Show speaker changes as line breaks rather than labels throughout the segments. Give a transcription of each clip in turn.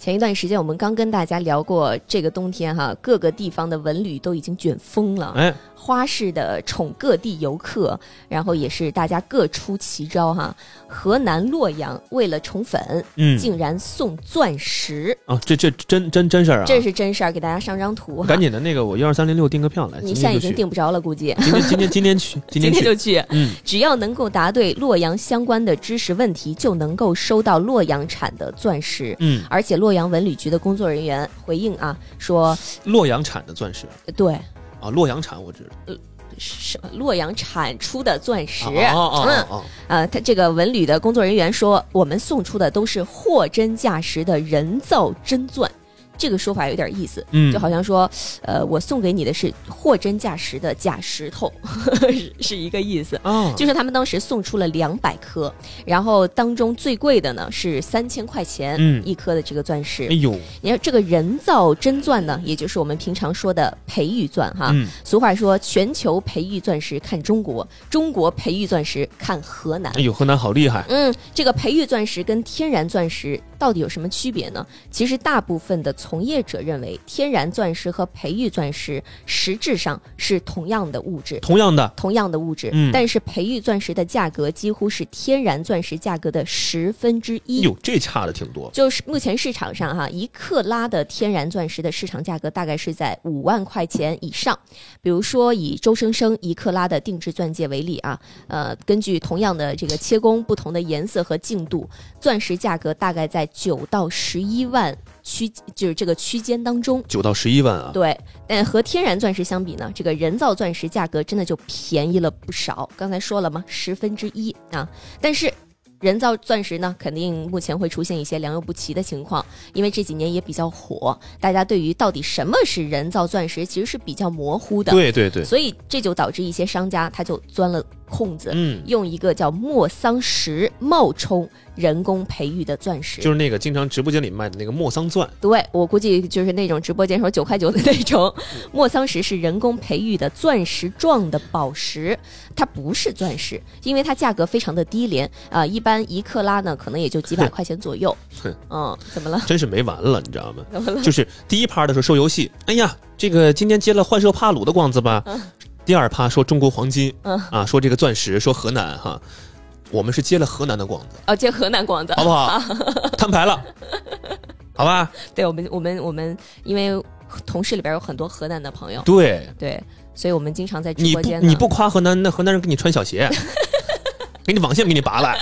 前一段时间，我们刚跟大家聊过，这个冬天哈，各个地方的文旅都已经卷疯了。
哎，
花式的宠各地游客，然后也是大家各出奇招哈。河南洛阳为了宠粉，
嗯
竟然送钻石，
啊，这这真真真事儿啊！
这是真事儿，给大家上张图哈
赶。紧的那个我一二三零六订个票来，
你
今
现
天
在已
就
经
去。
订不着了，估计。
今天今天今天 去，今天去。
就去，
嗯，
只要能够答对洛阳相关的知识问题，就能够收到洛阳产的钻石。
嗯，
而且洛阳文旅局的工作人员回应啊，说呃
洛阳产的钻石
对，
啊，洛阳产我知道。
是洛阳产出的钻石。
啊啊啊
嗯，
啊！
呃，他这个文旅的工作人员说，我们送出的都是货真价实的人造真钻，这个说法有点意思，
嗯，
就好像说，呃，我送给你的是货真价实的假石头， 是是一个意思。
啊，
就是他们当时送出了两百颗，然后当中最贵的呢是三千块钱
嗯
一颗的这个钻石。
哎呦，
你看这个人造真钻呢，也就是我们平常说的培育钻哈。
嗯，
俗话说，全球培育钻石看中国，中国培育钻石看河南
哎。呦，河南好厉害。
嗯，这个培育钻石跟天然钻石到底有什么区别呢？其实大部分的从业者认为，天然钻石和培育钻石实质上是同样的物质。
同样的，
同样的物质，
嗯
但是培育钻石的价格几乎是天然钻石价格的十分之一。
哟，这差的挺多。
就是目前市场上哈、一克拉的天然钻石的市场价格大概是在五万块钱以上。比如说以周生生一克拉的定制钻戒为例啊，呃，根据同样的这个切工、不同的颜色和净度，钻石价格大概在九到十一万区，就是这个区间当中。
九到十一万啊，
对，但和天然钻石相比呢，这个人造钻石价格真的就便宜了不少。刚才说了嘛，十分之一啊。但是人造钻石呢，肯定目前会出现一些良莠不齐的情况，因为这几年也比较火，大家对于到底什么是人造钻石其实是比较模糊的。
对对对，
所以这就导致一些商家他就钻了空子，
嗯，
用一个叫莫桑石冒充人工培育的钻石。
就是那个经常直播间里卖的那个莫桑钻，
对我估计就是那种直播间说九块九的那种。
嗯
莫桑石是人工培育的钻石状的宝石，它不是钻石，因为它价格非常的低廉啊、一般一克拉呢可能也就几百块钱左右
哼。
嗯，怎么了？
真是没完了，你知道吗？
怎么了？
就是第一趴的时候说游戏，哎呀，这个今天接了幻兽帕鲁的广子吧。第二趴说中国黄金，
嗯
啊，说这个钻石，说河南哈，我们是接了河南的广子，
哦，接河南广子
好，不好？摊牌了，好吧？
对我们，我们，我们，因为同事里边有很多河南的朋友，
对，
对，所以我们经常在直
你
播
不
间呢
你不夸河南，那河南人给你穿小 鞋，给你网线给你拔来，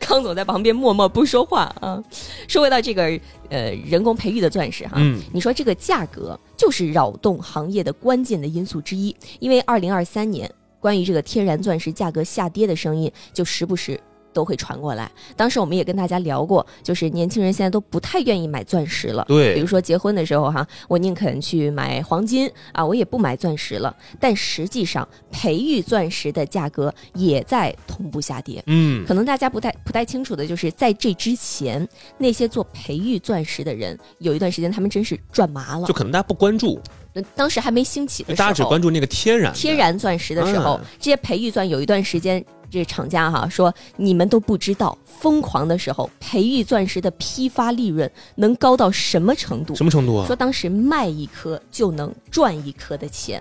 康总在旁边默默不说话啊。说回到这个呃人工培育的钻石哈，
嗯
你说这个价格就是扰动行业的关键的因素之一，因为二零二三年关于这个天然钻石价格下跌的声音就时不时。都会传过来。当时我们也跟大家聊过，就是年轻人现在都不太愿意买钻石了。比
对
如，说结婚的时候哈、我宁肯去买黄金啊，我也不买钻石了。但实际上，培育钻石的价格也在同步下跌。
嗯，
可能大家不太不太清楚的就是，在这之前，那些做培育钻石的人，有一段时间他们真是赚麻了
就。可能大家不关注，
那当时还没兴起的时
大
候，
家只关注那个天然的
天然钻石的时候，
嗯
这些培育钻有一段时间，这厂家哈、说你们都不知道，疯狂的时候，培育钻石的批发利润能高到什么程度
什？么程度啊
说？当时卖一颗就能赚一颗的钱，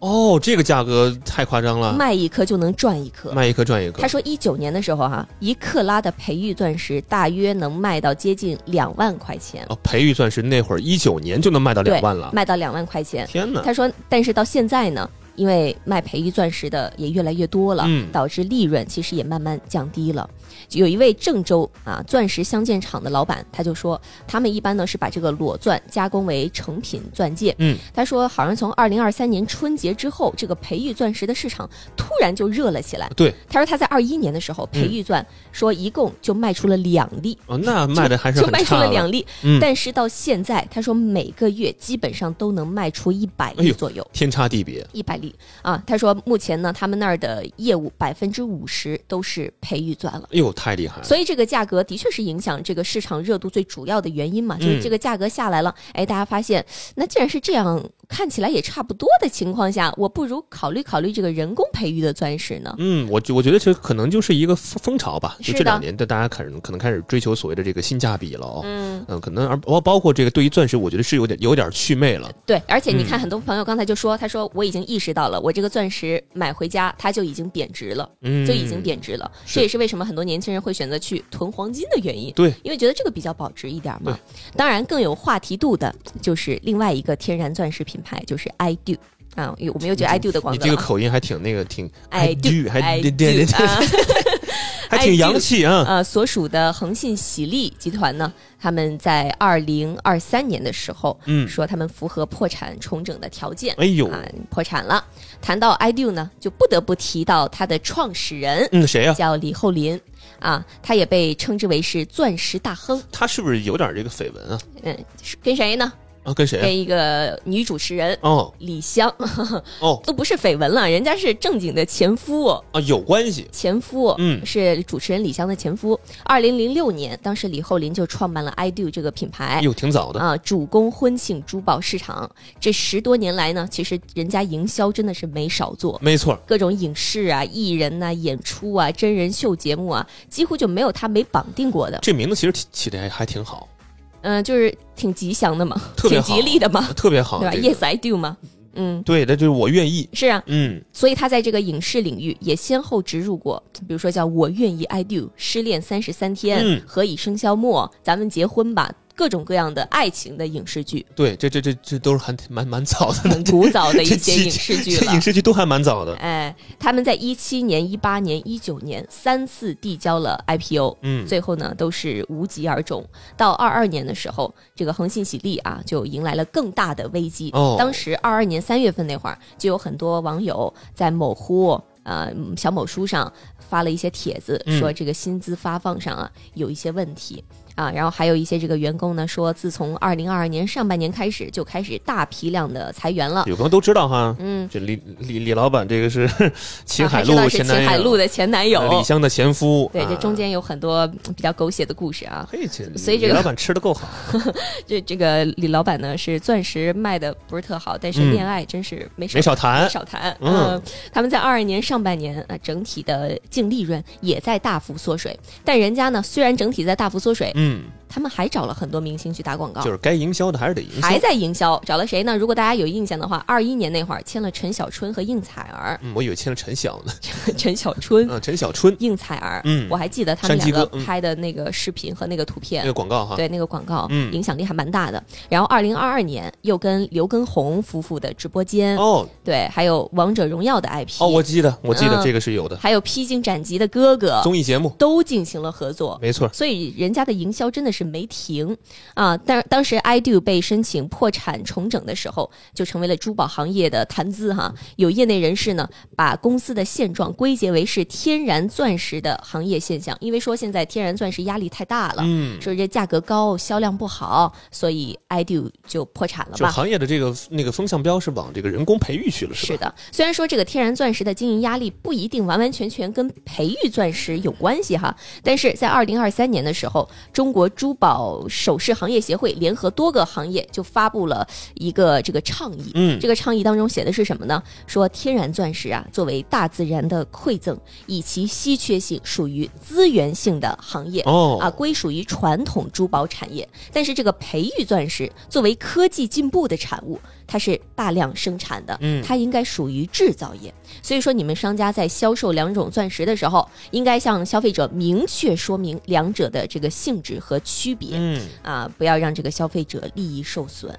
哦，这个价格太夸张了，
卖一颗就能赚一颗。
卖一颗赚一
他
颗，
说，一九年的时候哈、一克拉的培育钻石大约能卖到接近两万块钱，
哦，培育钻石那会儿一九年就能卖到
对
两万了，嗯
卖到两万块钱。
天哪！
他说，但是到现在呢，因为卖培育钻石的也越来越多了，
嗯
导致利润其实也慢慢降低了。有一位郑州啊钻石镶嵌厂的老板，他就说，他们一般呢是把这个裸钻加工为成品钻戒。
嗯，
他说好像从二零二三年春节之后，这个培育钻石的市场突然就热了起来。
对
他说他在二一年的时候，培育钻说一共就卖出了两粒。
哦，那卖的还是
就
很
卖出
差
了
了。
两粒，
嗯
但是到现在，他说每个月基本上都能卖出一百
哎
粒
呦
左右。
天差地别，
一百粒啊！他说目前呢，他们那儿的业务百分之五十都是培育钻了。
哎呦，太厉害了！
所以这个价格的确是影响这个市场热度最主要的原因嘛，
嗯
就是这个价格下来了，哎，大家发现那既然是这样，看起来也差不多的情况下，我不如考虑考虑这个人工培育的钻石呢。
嗯，我觉我觉得这可能就是一个风风潮吧，
是
就
的
这两年的大家开始可能开始追求所谓的这个性价比了哦。
嗯，
嗯，可能而包包括这个对于钻石，我觉得是有点有点祛魅了。
对，而且你
嗯
看，很多朋友刚才就说，他说我已经意识到了，我这个钻石买回家它就已经贬值了，
嗯，
就已经贬值了。
是
这也是为什么很多年轻人会选择去囤黄金的原因。
对，
因为觉得这个比较保值一点嘛。当然，更有话题度的就是另外一个天然钻石品牌，就是 I Do 啊，因为我们又觉得 I Do 的广
你
告
这个
了啊。
口音还挺那个，挺
I
还
do,
还
I
对对
do 啊哎
对， 还
I do
挺洋气 啊。
呃，所属的恒信喜力集团呢，他们在二零二三年的时候，
嗯
说他们符合破产重整的条件，
哎呦，
啊，破产了。谈到 I Do 呢，就不得不提到它的创始人
嗯，谁呀？
叫李厚霖啊，他也被称之为是钻石大亨。
他是不是有点这个绯闻啊？
嗯，是跟谁呢？
啊，跟谁啊？
跟一个女主持人
哦
李湘，
哦
都不是绯闻了，人家是正经的前夫，哦
啊，有关系。
前夫。哦
嗯
是主持人李湘的前夫。二零零六年，当时李厚霖就创办了 I Do 这个品牌，
哟，挺早的。
啊，主攻婚庆珠宝市场。这十多年来呢，其实人家营销真的是没少做，
没错，
各种影视啊、艺人呐、演出啊、真人秀节目啊，几乎就没有他没绑定过的。
这名字其实起起的还还挺好，
嗯、就是挺吉祥的嘛，
特别
挺
好
吉利的嘛，
特别好。
对吧、
这
y e
个
s I do 嘛，嗯，
对，那就是我愿意。
是啊，
嗯，
所以他在这个影视领域也先后植入过，比如说叫《我愿意 I Do》、《失恋三十三天》
嗯
何以笙箫默》、《咱们结婚吧》各种各样的爱情的影视剧，
对，这这这这都是还挺蛮蛮早的，
很古早的一
这
些
这
影视剧
这
了
影。视剧都还蛮早的。
哎，他们在一七年、一八年、一九年三次递交了 IPO，
嗯，
最后呢都是无疾而终。到二二年的时候，这个恒信喜力啊就迎来了更大的危机。
哦
当时二二年三月份那会儿，就有很多网友在某乎。呃，嗯小某书上发了一些帖子，
嗯
说这个薪资发放上啊有一些问题啊，然后还有一些这个员工呢说，自从二零二二年上半年开始就开始大批量的裁员了，
有朋友都知道哈。
嗯，
这李李李老板这个是 秦
啊
海
还知道
璐
是
前
秦
男友，
海璐的前男友，
呃李湘的前夫。
对，这
啊
中。间有很多嗯比较狗血的故事啊。
嘿，这
所以这
李
个
老板吃的够好，
这这个李老板呢是钻石卖的不是特好，但是
嗯
恋爱真是没少
没少谈
没。少谈。
嗯
嗯，他们在二二年上半年啊，整体的净利润也在大幅缩水，但人家呢虽然整体在大幅缩水，
嗯，
他们还找了很多明星去打广告
就。是该营销的还是得营销，
还。在营销，找了谁呢？如果大家有印象的话，二一年那会儿签了陈小春和应采儿
嗯，我以为签了陈晓呢，
陈小春、
嗯，陈小春
应采儿，
嗯
我还记得他们
山鸡
两个
哥嗯
拍的那个视频和那个图片
那，个广告哈，
对那个广告，
嗯
影响力还蛮大的。然后二零二二年又跟刘畊宏夫妇的直播间，
哦
对，还有王者荣耀的 IP，、
哦，我记得我记得
嗯哦
这个是有的，
还有披荆斩棘的哥哥，
综艺节目
都进行了合作。
没错，
所以人家的营销真的是没停啊！但当时 I Do 被申请破产重整的时候，就成为了珠宝行业的谈资哈。有业内人士呢，把公司的现状归结为是天然钻石的行业现象，因为说现在天然钻石压力太大了，
嗯，
说这价格高，销量不好，所以 I do 就破产了
就
吧？
行业的这个那个风向标是往这个人工培育去了，是吧？
是的，虽然说这个天然钻石的经营压力不一定完完全全跟培育钻石有关系哈，但是在二零二三年的时候，中国珠宝首饰行业协会联合多个行业就发布了一个这个倡议，
嗯
这个倡议当中写的是什么呢？说天然钻石啊，作为大自然的馈赠，以其稀缺性属于资源性的行业，
哦
啊，归属于传统珠宝产业。但是这个培育钻石作为科技进步的产物，它是大量生产的，
嗯
它应该属于制造业。所以说，你们商家在销售两种钻石的时候，应该向消费者明确说明两者的这个性质和区别。
嗯，
啊，不要让这个消费者利益受损。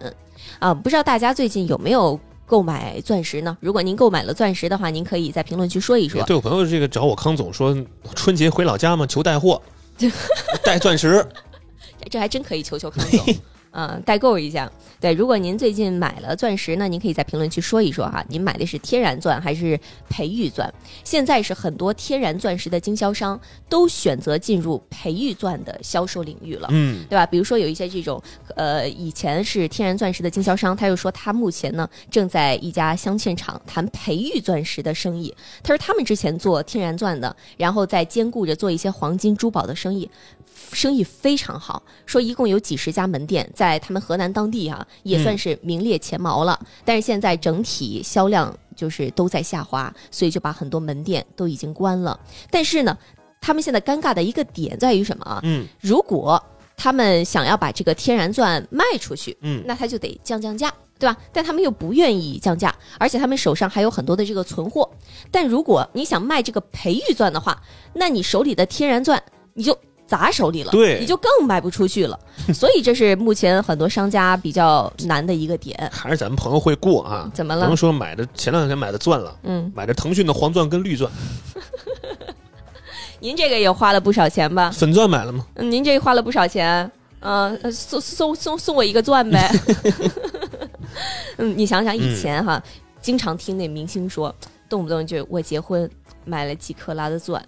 啊，不知道大家最近有没有购买钻石呢？如果您购买了钻石的话，您可以在评论区说一说。
对我朋友这个找我康总说，春节回老家嘛，求带 货，带钻石。
这还真可以求求康总，嗯、代购一下。对，如果您最近买了钻石呢，您可以在评论区说一说哈，您买的是天然钻还是培育钻？现在是很多天然钻石的经销商都选择进入培育钻的销售领域了。
嗯，
对吧？比如说有一些这种，呃，以前是天然钻石的经销商，他又说他目前呢正在一家镶嵌厂谈培育钻石的生意。他说他们之前做天然钻的，然后再兼顾着做一些黄金珠宝的生意，生意非常好。说一共有几十家门店，在他们河南当地啊也算是名列前茅了。但是现在整体销量就是都在下滑，所以就把很多门店都已经关了。但是呢，他们现在尴尬的一个点在于什么啊？
嗯，
如果他们想要把这个天然钻卖出去，
嗯
那他就得降降价，对吧？但他们又不愿意降价，而且他们手上还有很多的这个存货。但如果你想卖这个培育钻的话，那你手里的天然钻你就砸手里了，
对
你就更卖不出去 了。所以这是目前很多商家比较难的一个点。
还是咱们朋友会过啊。
怎么
朋
了
友？说买的前两天买的钻了，
嗯，
买的腾讯的黄钻跟绿钻，
啊您这个也花了不少钱吧？
粉钻买了吗？
嗯您这花了不少钱，嗯、呃，送送送送我一个钻 呗。嗯，你想想以前哈，经常听那明星说，动不动就我结婚买了几克拉的钻，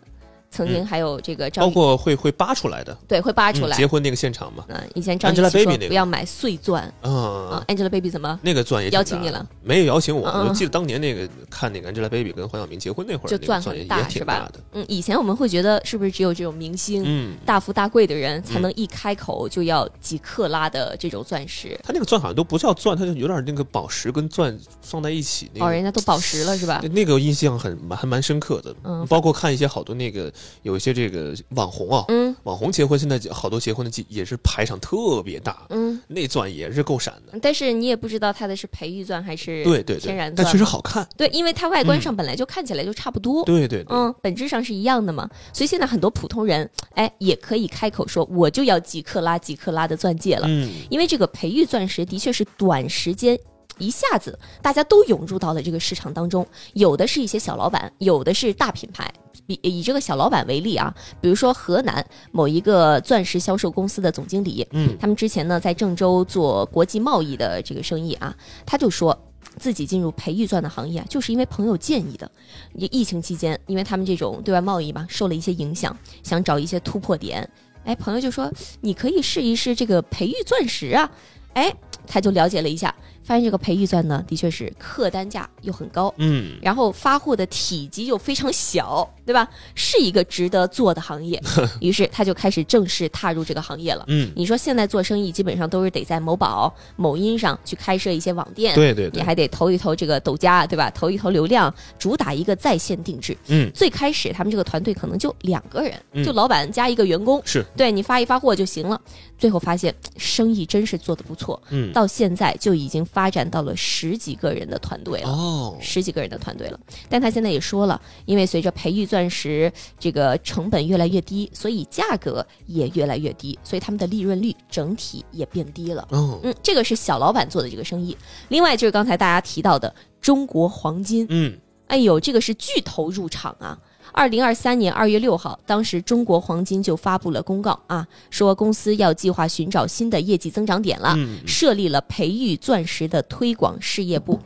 曾经还有这个
嗯
张
包
雨、
括会会扒出来的，
对会扒出
嗯
来。
结婚那个现场嘛，
嗯、以前张雨绮
Angelababy
说
那个
不要买碎钻啊
啊，
，Angelababy 怎么
那个钻也挺
邀请
大
你了？
没有邀请我，
嗯嗯
我记得当年那个看那个 Angelababy 跟黄晓明结婚那会儿，
就
那个
钻
钻也
很大
也
是
挺
吧
大的，？
嗯，以前我们会觉得是不是只有这种明星？
嗯。
大富大贵的人才能一开口就要几克拉的这种钻石，
它那个钻好像都不叫钻，它就有点那个宝石跟钻放在一起那
哦，
个
人家都宝石了是吧
那？那个印象很蛮还蛮深刻的，
嗯
包括看一些好多那个有一些这个网红啊，
嗯
网红结婚现在好多结婚的季也是排场特别大，
嗯，
那钻也是够闪的，
但是你也不知道它的是培育钻还是
对对
天
对
然，
但
钻，
确实好看，
对，因为它外观上本来就看起来就差不多。
对对对，
嗯，本质上是一样的嘛，所以现在很多普通人，哎，也可以开口说我就要几克拉几克拉的钻戒了，
嗯，
因为这个培育钻石的确是短时间。一下子，大家都涌入到了这个市场当中，有的是一些小老板，有的是大品牌。比以这个小老板为例啊，比如说河南某一个钻石销售公司的总经理，
嗯，
他们之前呢在郑州做国际贸易的这个生意啊，他就说自己进入培育钻的行业啊，就是因为朋友建议的。也疫情期间，因为他们这种对外贸易嘛，受了一些影响，想找一些突破点。哎，朋友就说你可以试一试这个培育钻石啊。哎，他就了解了一下，发现这个培育钻呢，的确是客单价又很高，
嗯，
然后发货的体积又非常小，对吧？是一个值得做的行业。于是他就开始正式踏入这个行业了。
嗯，
你说现在做生意基本上都是得在某宝、某音上去开设一些网店，
对对
你
对，
还得投一投这个抖加，对吧？投一投流量，主打一个在线定制。
嗯，
最开始他们这个团队可能就两个人，
嗯
就老板加一个员工，
是，
对你发一发货就行了。最后发现生意真是做得不错，
嗯，
到现在就已经发展到了十几个人的团队了。
哦，
十几个人的团队了。但他现在也说了，因为随着培育钻石这个成本越来越低，所以价格也越来越低，所以他们的利润率整体也变低了。
哦，
嗯，这个是小老板做的这个生意。另外就是刚才大家提到的中国黄金，
嗯，
哎呦，这个是巨头入场啊！二零二三年二月六号，当时中国黄金就发布了公告啊，说公司要计划寻找新的业绩增长点了，
嗯
设立了培育钻石的推广事业部。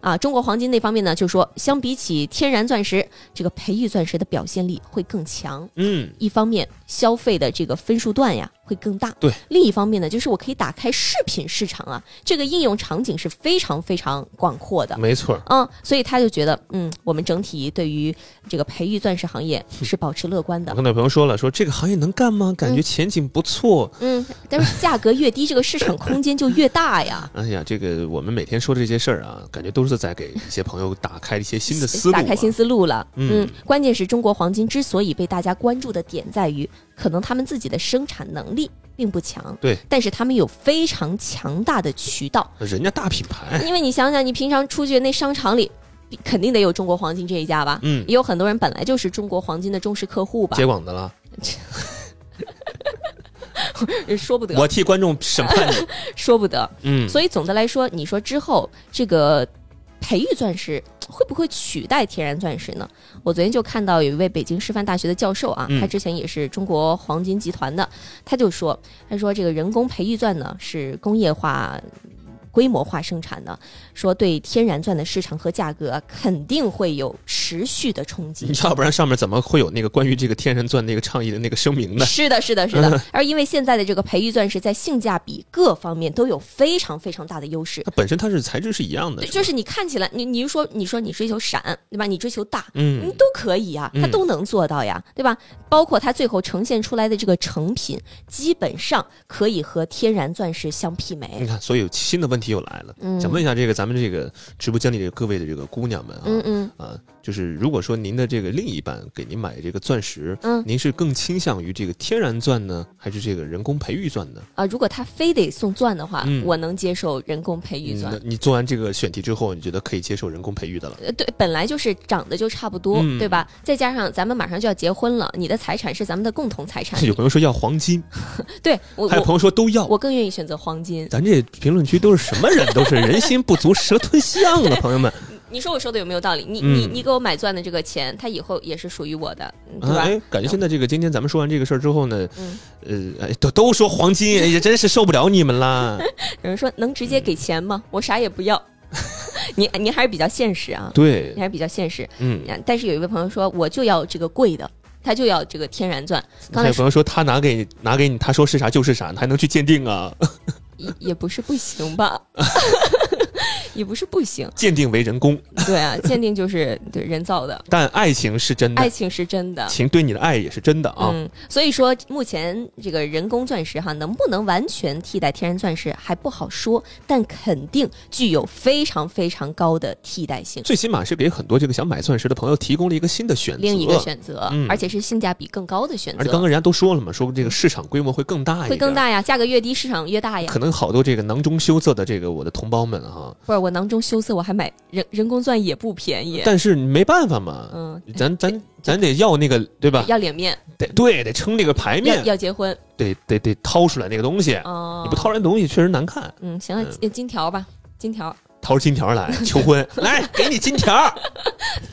啊，中国黄金那方面呢，就说相比起天然钻石，这个培育钻石的表现力会更强。
嗯，
一方面，消费的这个分数段呀会更大；
对，
另一方面呢，就是我可以打开饰品市场啊，这个应用场景是非常非常广阔的。
没错儿，
嗯，所以他就觉得，嗯，我们整体对于这个培育钻石行业是保持乐观
我
的。
跟那朋友说了，说这个行业能干吗？感觉前景不错，
嗯，但是价格越低，这个市场空间就越大呀。
哎呀，这个我们每天说的这些事儿啊，感觉都是在给一些朋友打开一些 新的思路、啊，
呃打开新思路了，
嗯
嗯，关键是中国黄金之所以被大家关注的点在于，可能他们自己的生产能力并不强，
对，
但是他们有非常强大的渠道，
人家大品牌，
因为你想想，你平常出去那商场里，肯定得有中国黄金这一家吧，
嗯，
也有很多人本来就是中国黄金的忠实客户吧
接，广的了。
说不得，
我 替观众审判你，
说不得，
嗯，
所以总的来说，你说之后这个培育钻石会不会取代天然钻石呢？我昨天就看到有一位北京师范大学的教授啊，
嗯
他之前也是中国黄金集团的，他就说，他说这个人工培育钻呢是工业化。规模化生产的，说对天然钻的市场和价格肯定会有持续的冲击。
要不然上面怎么会有那个关于这个天然钻那个倡议的那个声明呢？
是的，是的，是的。而因为现在的这个培育钻石在性价比各方面都有非常非常大的优势。
它本身它是材质是一样的
对，，就是你看起来，你你就说你说你追求闪，对吧？你追求大，
嗯
你，都可以啊，它
嗯
都能做到呀，对吧？包括它最后呈现出来的这个成品，基本上可以和天然钻石相媲美。
你看，所以新的问题又来了，
嗯
想问一下这个咱们这个直播间里的各位的这个姑娘们啊，
嗯嗯，
啊，就是如果说您的这个另一半给您买这个钻石，
嗯
您是更倾向于这个天然钻呢，还是这个人工培育钻呢？
啊，如果他非得送钻的话，
嗯
我能接受人工培育钻
那。你做完这个选题之后，你觉得可以接受人工培育的了？
呃，对，本来就是长得就差不多，
嗯。
对吧？再加上咱们马上就要结婚了，你的财产是咱们的共同财产
有朋友说要黄金，
对我，
还有
我
朋友说都要。
我更愿意选择黄金。
咱这评论区都是什么人？都是人心不足蛇吞象啊，朋友们。
你说我说的有没有道理？你、
嗯
你你给我买钻的这个钱，它以后也是属于我的，嗯对
啊
吧？
哎，感觉现在这个今天咱们说完这个事儿之后呢，
嗯
呃，哎，都 都说黄金，也真是受不了你们 啦。
有人说能直接给钱吗？我啥也不要。 你你还是比较现实啊，
对
你，还是比较现实。
嗯，
但是有一位朋友说，我就要这个贵的，他就要这个天然钻。刚
还
才
有朋
说
友说他拿给你拿给你，他说是啥就是啥，还能去鉴定啊？
嗯也也不是不行吧， 也不是不行。
鉴定为人工，
对啊，鉴定就是对人造的，
但爱情是真
爱
的，
情是真的。
情对你的爱也是真的啊。
嗯，所以说目前这个人工钻石哈，能不能完全替代天然钻石还不好说，但肯定具有非常非常高的替代性，
最起码是给很多这个想买钻石的朋友提供了一个新的选择。
另一个选择，
嗯
而且是性价比更高的选
而且刚
择，
刚人家都说了嘛，说这个市场规模会更大一点，
会更。大呀，价格越低市场越大呀。
可能好多这个囊中羞涩的这个我的同胞们啊哈、
不是我囊中羞涩，我还买人人工钻也不便宜，
但是没办法嘛，
嗯，
咱咱咱得要那个对吧？
要脸面，
得对得撑这个牌
要
面，
要结婚
得得得掏出来那个东西。
哦，
你不掏出来东西确实难看，
嗯，行了，金金条吧，金条
掏出金条来求婚，来给你金条，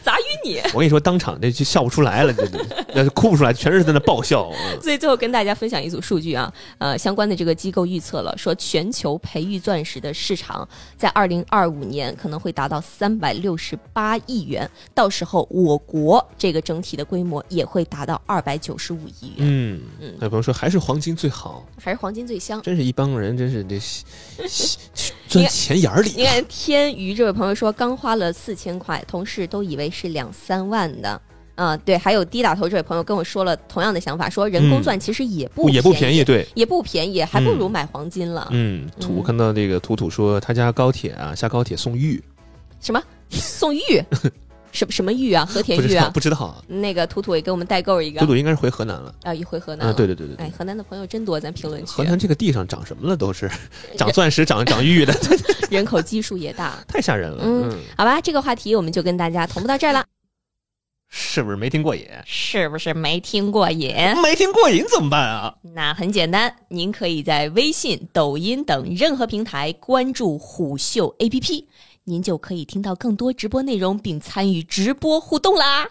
砸晕你。
我跟你说，当场这就笑不出来了，这这那哭不出来，全是在那爆笑。 嗯
所以最后跟大家分享一组数据啊，呃，相关的这个机构预测了，说全球培育钻石的市场在二零二五年可能会达到三百六十八亿元，到时候我国这个整体的规模也会达到二百九十五亿元，
嗯，还有朋友说还是黄金最好，
还是黄金最香。
真是一帮人，真是这钻钱眼儿
你
里啊。
看天娱这位朋友说，刚花了四千块，同事都以为是两三万的。啊、对，还有低打头这位朋友跟我说了同样的想法，说人工钻其实也不、
嗯哦也不便宜，，对，
也不便宜，还不如买黄金了。
嗯，土
嗯
看到这个土土说他家高铁啊，下高铁送玉，
什么宋玉，什么什 么玉啊？和田
不知
玉
道
啊？
不知道啊，
那个图图也给我们代购一个
土，土应该是回河南了
啊，一回河南
啊，
了。
对对对对对
哎，，河南的朋友真多，咱评论
河
区
南这个地上长什么了都是， 长钻石长长玉的，
人口基数也大，
太吓人了，
嗯
嗯，
好吧？这个话题我们就跟大家同步到这儿了，
是不是没听过瘾？
是不是没听过瘾？
没听过瘾怎么办啊？
那很简单，您可以在微信、抖音等任何平台关注虎嗅 APP，您就可以听到更多直播内容并参与直播互动啦。